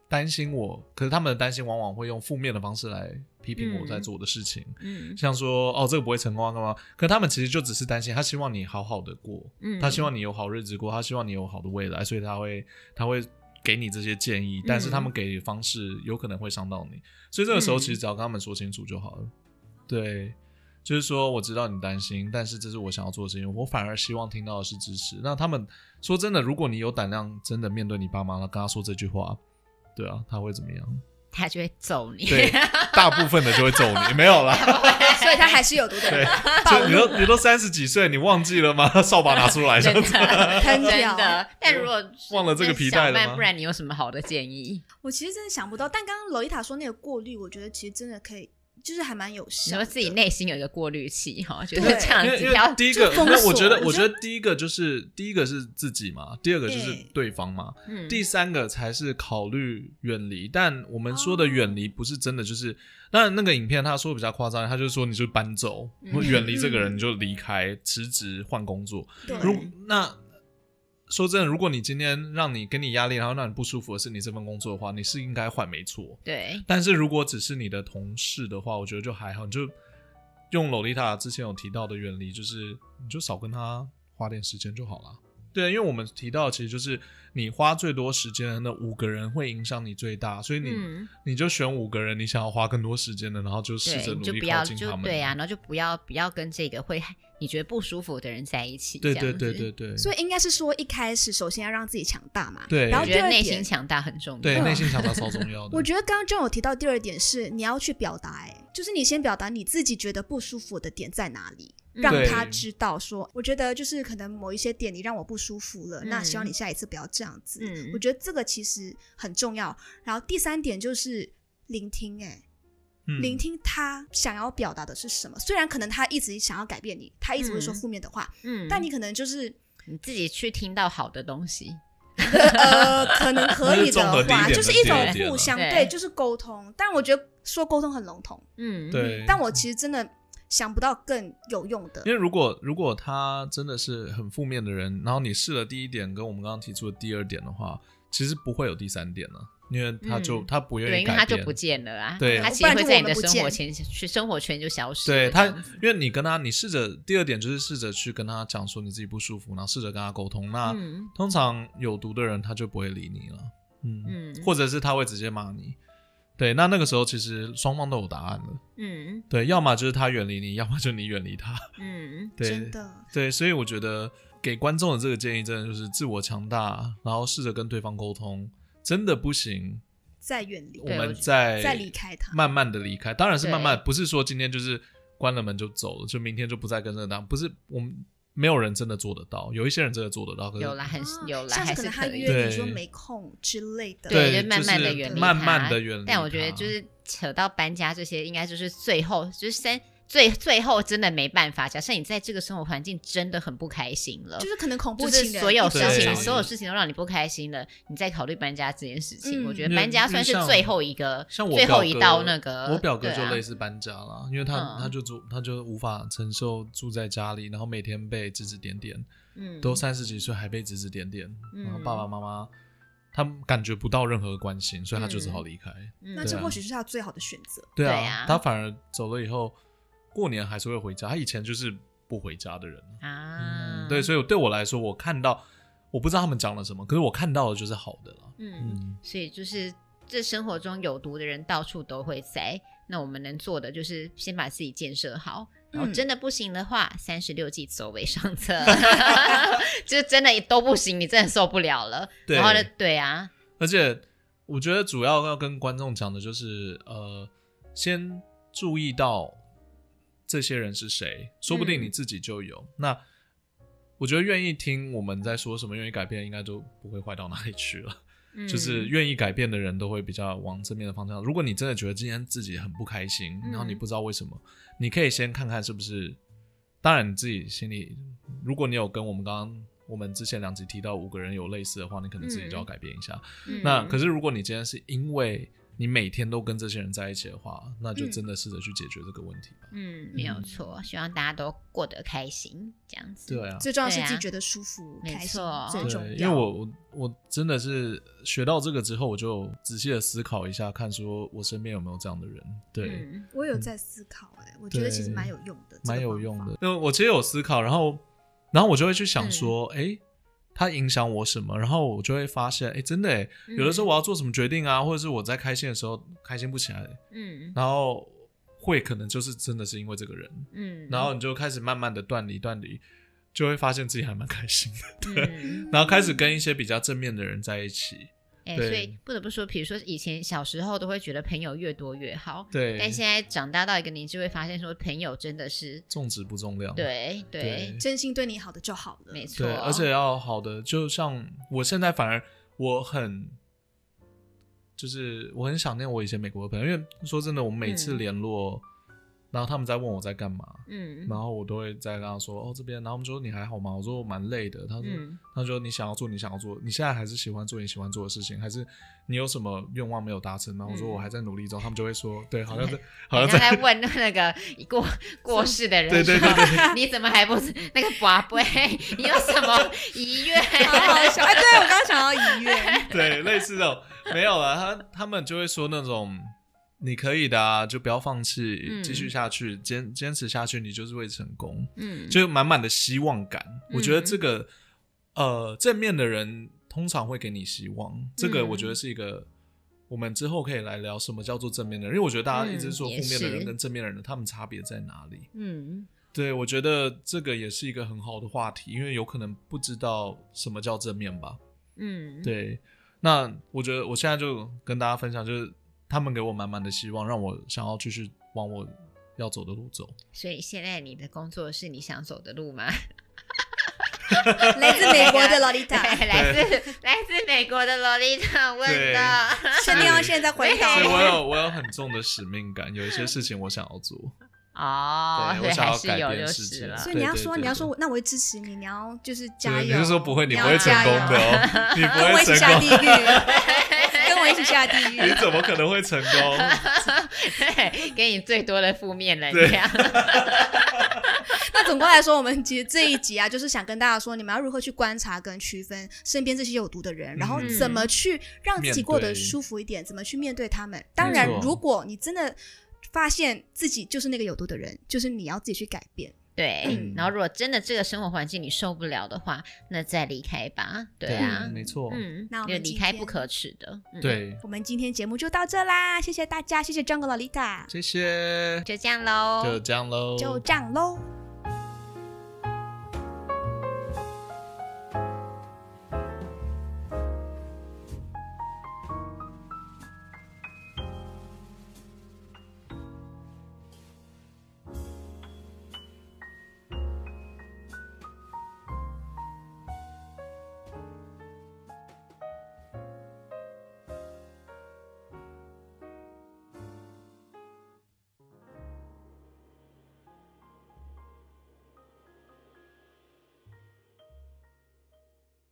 [SPEAKER 3] 担心我，可是他们的担心往往会用负面的方式来批评我
[SPEAKER 2] 嗯
[SPEAKER 3] 在做的事情，
[SPEAKER 2] 嗯
[SPEAKER 3] 像说哦这个不会成功啊干嘛？可他们其实就只是担心，他希望你好好的过，
[SPEAKER 2] 嗯
[SPEAKER 3] 他希望你有好日子过，他希望你有好的未来，所以他会他会给你这些建议，
[SPEAKER 2] 嗯
[SPEAKER 3] 但是他们给的方式有可能会伤到你，所以这个时候
[SPEAKER 2] 嗯
[SPEAKER 3] 其实只要跟他们说清楚就好了。对，就是说我知道你担心，但是这是我想要做的事情，我反而希望听到的是支持。那他们说真的，如果你有胆量真的面对你爸妈了，跟他说这句话。对啊，他会怎么 样？
[SPEAKER 2] 他就会揍你。
[SPEAKER 3] 对，大部分的就会揍你，没有啦。
[SPEAKER 1] 所以他还是有毒
[SPEAKER 3] 对
[SPEAKER 1] 的，，
[SPEAKER 3] 就你都你都三十几岁，你忘记了吗？ 扫把拿出来，这
[SPEAKER 2] 真
[SPEAKER 3] 样
[SPEAKER 2] 的
[SPEAKER 3] 子。
[SPEAKER 1] 喷
[SPEAKER 2] 真
[SPEAKER 1] 掉。
[SPEAKER 2] 的。但如果
[SPEAKER 3] 忘了这个皮带了吗
[SPEAKER 2] 那小曼不然你有什么好的建议？
[SPEAKER 1] 我其实真的想不到，但刚刚罗伊塔说那个过滤，我觉得其实真的可以，就是还蛮有
[SPEAKER 2] 你
[SPEAKER 1] 效
[SPEAKER 2] 说
[SPEAKER 1] 的。
[SPEAKER 2] 自己内心有一个过滤器哈，就是
[SPEAKER 1] 对
[SPEAKER 2] 这样
[SPEAKER 3] 因为
[SPEAKER 2] 子
[SPEAKER 3] 因
[SPEAKER 2] 要
[SPEAKER 3] 为第一个，
[SPEAKER 1] 封
[SPEAKER 3] 那我
[SPEAKER 1] 锁
[SPEAKER 3] 觉得，我
[SPEAKER 1] 我
[SPEAKER 3] 觉
[SPEAKER 1] 觉
[SPEAKER 3] 得第一个就是第一个是自己嘛，第二个就是
[SPEAKER 1] 对
[SPEAKER 3] 对方嘛，
[SPEAKER 2] 嗯
[SPEAKER 3] 第三个才是考虑远离。但我们说的远
[SPEAKER 1] 哦
[SPEAKER 3] 离不是真的，就是当然那个影片他说得比较夸张，他就是说你就搬走，
[SPEAKER 2] 嗯
[SPEAKER 3] 或远离这个人你就离开，辞职换工作。
[SPEAKER 1] 对
[SPEAKER 3] 如那说真的，如果你今天让你给你压力，然后让你不舒服的是你这份工作的话，你是应该换没错。
[SPEAKER 2] 对，
[SPEAKER 3] 但是如果只是你的同事的话，我觉得就还好，你就用洛丽塔之前有提到的原理，就是你就少跟他花点时间就好了。对，因为我们提到，其实就是你花最多时间的那五个人会影响你最大，所以你、
[SPEAKER 2] 嗯，
[SPEAKER 3] 你就选五个人你想要花更多时间的，然后就试着
[SPEAKER 2] 对，
[SPEAKER 3] 努
[SPEAKER 2] 你就
[SPEAKER 3] 力
[SPEAKER 2] 不
[SPEAKER 3] 靠
[SPEAKER 2] 要
[SPEAKER 3] 近
[SPEAKER 2] 就
[SPEAKER 3] 他们。
[SPEAKER 2] 对啊，然后就不要不要跟这个会你觉得不舒服的人在一起。
[SPEAKER 3] 对
[SPEAKER 2] 这样
[SPEAKER 3] 对
[SPEAKER 2] 子
[SPEAKER 3] 对对，对，
[SPEAKER 1] 所以应该是说，一开始首先要让自己强大嘛。
[SPEAKER 3] 对
[SPEAKER 1] 然后
[SPEAKER 2] 我觉
[SPEAKER 1] 第
[SPEAKER 2] 得
[SPEAKER 1] 二
[SPEAKER 2] 内心
[SPEAKER 1] 点，
[SPEAKER 2] 强大很重要。
[SPEAKER 3] 对内心想法超重要的。
[SPEAKER 1] 我觉得刚刚就有提到第二点是你要去表达，哎，就是你先表达你自己觉得不舒服的点在哪里，
[SPEAKER 2] 嗯
[SPEAKER 1] 让
[SPEAKER 3] 对
[SPEAKER 1] 他知道说，我觉得就是可能某一些点你让我不舒服了，
[SPEAKER 2] 嗯
[SPEAKER 1] 那希望你下一次不要这样子。
[SPEAKER 2] 嗯
[SPEAKER 1] 我觉得这个其实很重要。然后第三点就是聆听，哎，
[SPEAKER 3] 嗯
[SPEAKER 1] 聆听他想要表达的是什么。虽然可能他一直想要改变你，他一直会说
[SPEAKER 2] 嗯
[SPEAKER 1] 负面的话，
[SPEAKER 2] 嗯，
[SPEAKER 1] 但你可能就是
[SPEAKER 2] 你自己去听到好的东西，
[SPEAKER 1] 呃，可能可以
[SPEAKER 3] 那就综合
[SPEAKER 1] 的
[SPEAKER 3] 第一
[SPEAKER 1] 话，
[SPEAKER 3] 点
[SPEAKER 1] 就是一
[SPEAKER 3] 跟
[SPEAKER 1] 种
[SPEAKER 3] 第二点啊
[SPEAKER 1] 互
[SPEAKER 3] 了
[SPEAKER 1] 相
[SPEAKER 2] 对
[SPEAKER 1] 对，就是沟通。但我觉得说沟通很笼统，
[SPEAKER 2] 嗯，
[SPEAKER 3] 对，
[SPEAKER 1] 但我其实真的想不到更有用的
[SPEAKER 3] 因。为如果如果他真的是很负面的人，然后你试了第一点跟我们刚刚提出的第二点的话，其实不会有第三点了、因为他就、
[SPEAKER 2] 嗯
[SPEAKER 3] 他不愿
[SPEAKER 2] 对，
[SPEAKER 3] 意
[SPEAKER 2] 因为
[SPEAKER 3] 改变，
[SPEAKER 2] 他就不见了啊，
[SPEAKER 3] 对
[SPEAKER 2] 他
[SPEAKER 1] 不
[SPEAKER 2] 其实
[SPEAKER 1] 然
[SPEAKER 2] 会
[SPEAKER 1] 就
[SPEAKER 2] 在
[SPEAKER 1] 我
[SPEAKER 2] 你
[SPEAKER 1] 们
[SPEAKER 2] 的
[SPEAKER 1] 不
[SPEAKER 2] 生活
[SPEAKER 1] 见
[SPEAKER 2] 圈去生活圈就消失了啊
[SPEAKER 3] 对
[SPEAKER 2] 这
[SPEAKER 3] 他
[SPEAKER 2] 样子。，
[SPEAKER 3] 因为你跟他，你试着第二点就是试着去跟他讲说你自己不舒服，然后试着跟他沟通。那、
[SPEAKER 2] 嗯
[SPEAKER 3] 通常有毒的人他就不会理你了，嗯，
[SPEAKER 2] 嗯
[SPEAKER 3] 或者是他会直接骂你。对，那那个时候其实双方都有答案了。
[SPEAKER 2] 嗯
[SPEAKER 3] 对，要么就是他远离你，要么就你远离他。
[SPEAKER 2] 嗯，
[SPEAKER 3] 对
[SPEAKER 1] 真，的，
[SPEAKER 3] 对，所以我觉得给观众的这个建议真的就是自我强大，然后试着跟对方沟通。真的不行，
[SPEAKER 1] 再远离
[SPEAKER 3] 我，
[SPEAKER 2] 对我
[SPEAKER 3] 们
[SPEAKER 2] 觉得
[SPEAKER 3] 再
[SPEAKER 1] 再离开他。
[SPEAKER 3] 慢慢的离开，当然是慢慢，
[SPEAKER 2] 对
[SPEAKER 3] 不是说今天就是关了门就走了，就明天就不再跟这个当，不是我们没有人真的做得到，有一些人真的做得到，可是
[SPEAKER 2] 有啦，很
[SPEAKER 1] 啊
[SPEAKER 2] 有啦，
[SPEAKER 1] 像
[SPEAKER 2] 还
[SPEAKER 1] 可
[SPEAKER 2] 哦是
[SPEAKER 1] 能他
[SPEAKER 2] 可以。
[SPEAKER 1] 约你说
[SPEAKER 3] 对
[SPEAKER 1] 没空之类的，
[SPEAKER 3] 对
[SPEAKER 2] 就慢慢的
[SPEAKER 3] 就是
[SPEAKER 2] 远离他，
[SPEAKER 3] 慢慢地远离
[SPEAKER 2] 但我觉得
[SPEAKER 3] 他
[SPEAKER 2] 就是扯到搬家这些，应该就是最后就是三最最后真的没办法。假设你在这个生活环境真的很不开心了，
[SPEAKER 1] 就是可能恐怖
[SPEAKER 2] 就
[SPEAKER 1] 情
[SPEAKER 2] 是
[SPEAKER 1] 人，
[SPEAKER 2] 所有
[SPEAKER 1] 一
[SPEAKER 2] 事
[SPEAKER 1] 直要
[SPEAKER 2] 情
[SPEAKER 1] 找
[SPEAKER 2] 所有
[SPEAKER 1] 你
[SPEAKER 2] 事情都让你不开心了，你再考虑搬家这件事情。
[SPEAKER 1] 嗯
[SPEAKER 2] 我觉得
[SPEAKER 3] 因为
[SPEAKER 2] 搬家算是
[SPEAKER 3] 因为像
[SPEAKER 2] 最后一个
[SPEAKER 3] 像我
[SPEAKER 2] 最
[SPEAKER 3] 表
[SPEAKER 2] 后
[SPEAKER 3] 哥
[SPEAKER 2] 一道那个。
[SPEAKER 3] 我表哥
[SPEAKER 2] 对
[SPEAKER 3] 就
[SPEAKER 2] 啊
[SPEAKER 3] 类似搬家啦，因为他、
[SPEAKER 2] 嗯
[SPEAKER 3] 他就住他就无法承受住在家里，然后每天被指指点点，
[SPEAKER 2] 嗯
[SPEAKER 3] 都三十几岁还被指指点点，
[SPEAKER 2] 嗯
[SPEAKER 3] 然后爸爸妈妈他们感觉不到任何关心，所以他就只好离开。
[SPEAKER 2] 嗯
[SPEAKER 1] 那
[SPEAKER 3] 对
[SPEAKER 1] 这
[SPEAKER 3] 啊
[SPEAKER 1] 或许是他最好的选择。
[SPEAKER 3] 对
[SPEAKER 2] 对
[SPEAKER 3] 啊
[SPEAKER 2] 啊，
[SPEAKER 3] 他反而走了以后，过年还是会回家，他以前就是不回家的人。
[SPEAKER 2] 啊
[SPEAKER 3] 嗯，，对，所以对我来说，我看到我不知道他们讲了什么，可是我看到的就是好的了。
[SPEAKER 2] 嗯，
[SPEAKER 3] 嗯，
[SPEAKER 2] 所以就是这生活中有毒的人到处都会在。那我们能做的就是先把自己建设好，然后
[SPEAKER 1] 嗯
[SPEAKER 2] 真的不行的话，三十六计走为上策， 就真的都不行，你真的受不了了。
[SPEAKER 3] 对
[SPEAKER 2] 然后呢，对啊，
[SPEAKER 3] 而且我觉得主要要跟观众讲的就是，呃，先注意到这些人是谁，说不定你自己就有。
[SPEAKER 2] 嗯
[SPEAKER 3] 那我觉得愿意听我们在说什么，愿意改变，应该就不会坏到哪里去了。
[SPEAKER 2] 嗯
[SPEAKER 3] 就是愿意改变的人都会比较往正面的方向。如果你真的觉得今天自己很不开心，
[SPEAKER 2] 嗯
[SPEAKER 3] 然后你不知道为什么，你可以先看看是不是。当然，你自己心里，如果你有跟我们刚刚我们之前两集提到五个人有类似的话，你可能自己就要改变一下。
[SPEAKER 2] 嗯
[SPEAKER 3] 那可是，如果你今天是因为你每天都跟这些人在一起的话，那就真的试着去解决这个问题吧。
[SPEAKER 2] 嗯，没有错，希望大家都过得开心，这样子。
[SPEAKER 3] 对啊，
[SPEAKER 1] 最重要是
[SPEAKER 2] 对啊
[SPEAKER 1] 自己觉得舒服、
[SPEAKER 2] 没
[SPEAKER 1] 开心
[SPEAKER 2] 错
[SPEAKER 1] 最
[SPEAKER 3] 对，
[SPEAKER 1] 重要。
[SPEAKER 3] 因为我我我真的是学到这个之后，我就仔细的思考一下，看说我身边有没有这样的人。对，
[SPEAKER 2] 嗯
[SPEAKER 1] 我有在思考、哎，我觉得其实
[SPEAKER 3] 对
[SPEAKER 1] 蛮有用的，
[SPEAKER 3] 蛮有用的。。因为我其实有思考，然后然后我就会去想说，
[SPEAKER 2] 嗯
[SPEAKER 3] 哎、它影响我什么？然后我就会发现，哎，真的诶，
[SPEAKER 2] 嗯
[SPEAKER 3] 有的时候我要做什么决定啊，或者是我在开心的时候开心不起来，
[SPEAKER 2] 嗯
[SPEAKER 3] 然后会可能就是真的是因为这个人，
[SPEAKER 2] 嗯，
[SPEAKER 3] 然后你就开始慢慢的断离断离，就会发现自己还蛮开心的，
[SPEAKER 2] 嗯，
[SPEAKER 3] 然后开始跟一些比较正面的人在一起。
[SPEAKER 2] 哎、
[SPEAKER 3] 对
[SPEAKER 2] 所以不得不说，比如说以前小时候都会觉得朋友越多越好，
[SPEAKER 3] 对，
[SPEAKER 2] 但现在长大到一个年纪，会发现说朋友真的是
[SPEAKER 3] 重质不重量。
[SPEAKER 2] 对对
[SPEAKER 3] 对，
[SPEAKER 1] 嗯真心对你好的就好了，
[SPEAKER 2] 没错
[SPEAKER 3] 对，，而且要好的，就像我现在反而我很，就是我很想念我以前美国的朋友，因为说真的，我们每次
[SPEAKER 2] 嗯
[SPEAKER 3] 联络，然后他们在问我在干嘛，
[SPEAKER 2] 嗯
[SPEAKER 3] 然后我都会在跟他说哦这边，然后他们说你还好吗？我说我蛮累的，他说、
[SPEAKER 2] 嗯
[SPEAKER 3] 他说你想要做你想要做，你现在还是喜欢做你喜欢做的事情，还是你有什么愿望没有达成吗？我说
[SPEAKER 2] 嗯
[SPEAKER 3] 我还在努力中，他们就会说对，好像在
[SPEAKER 2] 好
[SPEAKER 3] 好像
[SPEAKER 2] 像在
[SPEAKER 3] 在
[SPEAKER 2] 问那个 过过世的人
[SPEAKER 3] 对
[SPEAKER 2] 说，
[SPEAKER 3] 对对
[SPEAKER 2] 你怎么还不是那个宝贝？你有什么遗 愿？
[SPEAKER 1] 好好 笑。哎，对我刚刚想到遗愿，
[SPEAKER 3] 对，类似这种没有了，他他们就会说那种你可以的啊，就不要放弃
[SPEAKER 2] 嗯，
[SPEAKER 3] 继续下去，坚坚持下去，你就是会成功，
[SPEAKER 2] 嗯，
[SPEAKER 3] 就满满的希望感。我觉得
[SPEAKER 2] 嗯
[SPEAKER 3] 这个呃，正面的人通常会给你希望，这个
[SPEAKER 2] 嗯
[SPEAKER 3] 我觉得是一个。我们之后可以来聊什么叫做正面的人，因为我觉得大家一直
[SPEAKER 2] 嗯
[SPEAKER 3] 说负
[SPEAKER 2] 也
[SPEAKER 3] 面的
[SPEAKER 2] 是
[SPEAKER 3] 人跟正面的人，他们差别在哪里？
[SPEAKER 2] 嗯
[SPEAKER 3] 对我觉得这个也是一个很好的话题，因为有可能不知道什么叫正面吧。
[SPEAKER 2] 嗯，
[SPEAKER 3] 对，那我觉得我现在就跟大家分享，就是他们给我满满的希望，让我想要继续往我要走的路走。
[SPEAKER 2] 所以现在你的工作是你想走的路吗？
[SPEAKER 1] 来自美国的洛丽
[SPEAKER 2] 对，
[SPEAKER 1] 塔，
[SPEAKER 2] 来自来自美国的洛丽塔问的。
[SPEAKER 1] 确定要现在回
[SPEAKER 3] 所以
[SPEAKER 1] 答
[SPEAKER 3] 我有我有很重的使命感，有一些事情我想要做。
[SPEAKER 2] 哦，
[SPEAKER 3] 对
[SPEAKER 2] 所以
[SPEAKER 3] 我想要
[SPEAKER 2] 还是
[SPEAKER 3] 改
[SPEAKER 2] 有
[SPEAKER 3] 变
[SPEAKER 2] 就
[SPEAKER 3] 世
[SPEAKER 2] 是
[SPEAKER 3] 界
[SPEAKER 2] 了。
[SPEAKER 1] 所以你要说，
[SPEAKER 3] 对对对
[SPEAKER 1] 你要说，那我会支持你，你要就是加
[SPEAKER 3] 对
[SPEAKER 1] 油。
[SPEAKER 3] 你是说不会，你
[SPEAKER 1] 要
[SPEAKER 3] 不会成
[SPEAKER 1] 加
[SPEAKER 3] 功
[SPEAKER 1] 油
[SPEAKER 3] 的哦，你不
[SPEAKER 1] 跟我
[SPEAKER 3] 会
[SPEAKER 1] 一起下
[SPEAKER 3] 成
[SPEAKER 1] 地
[SPEAKER 3] 功。
[SPEAKER 1] 狱，跟我一起下地狱
[SPEAKER 3] 你。怎么可能会成功？
[SPEAKER 2] 给你最多的负面能量。
[SPEAKER 1] 那总归来说，我们其实这一集啊，就是想跟大家说，你们要如何去观察跟区分身边这些有毒的人，然后
[SPEAKER 3] 嗯
[SPEAKER 1] 怎么去让自己过得舒服一点，怎么去面对他们。当然
[SPEAKER 3] 没，错
[SPEAKER 1] 如果你真的发现自己就是那个有毒的人，就是你要自己去改变。
[SPEAKER 2] 对
[SPEAKER 3] 嗯，
[SPEAKER 2] 然后如果真的这个生活环境你受不了的话，那再离开吧。对啊，
[SPEAKER 3] 没错，
[SPEAKER 2] 嗯，
[SPEAKER 1] 那我
[SPEAKER 2] 就
[SPEAKER 1] 们
[SPEAKER 2] 离
[SPEAKER 1] 今
[SPEAKER 2] 开
[SPEAKER 1] 天
[SPEAKER 2] 不可耻的。嗯，
[SPEAKER 3] 对，
[SPEAKER 1] 我们今天节目就到这啦，谢谢大家，谢谢张哥老丽塔，
[SPEAKER 3] 这些
[SPEAKER 2] 就这样喽，
[SPEAKER 3] 就这样喽，
[SPEAKER 1] 就这样喽。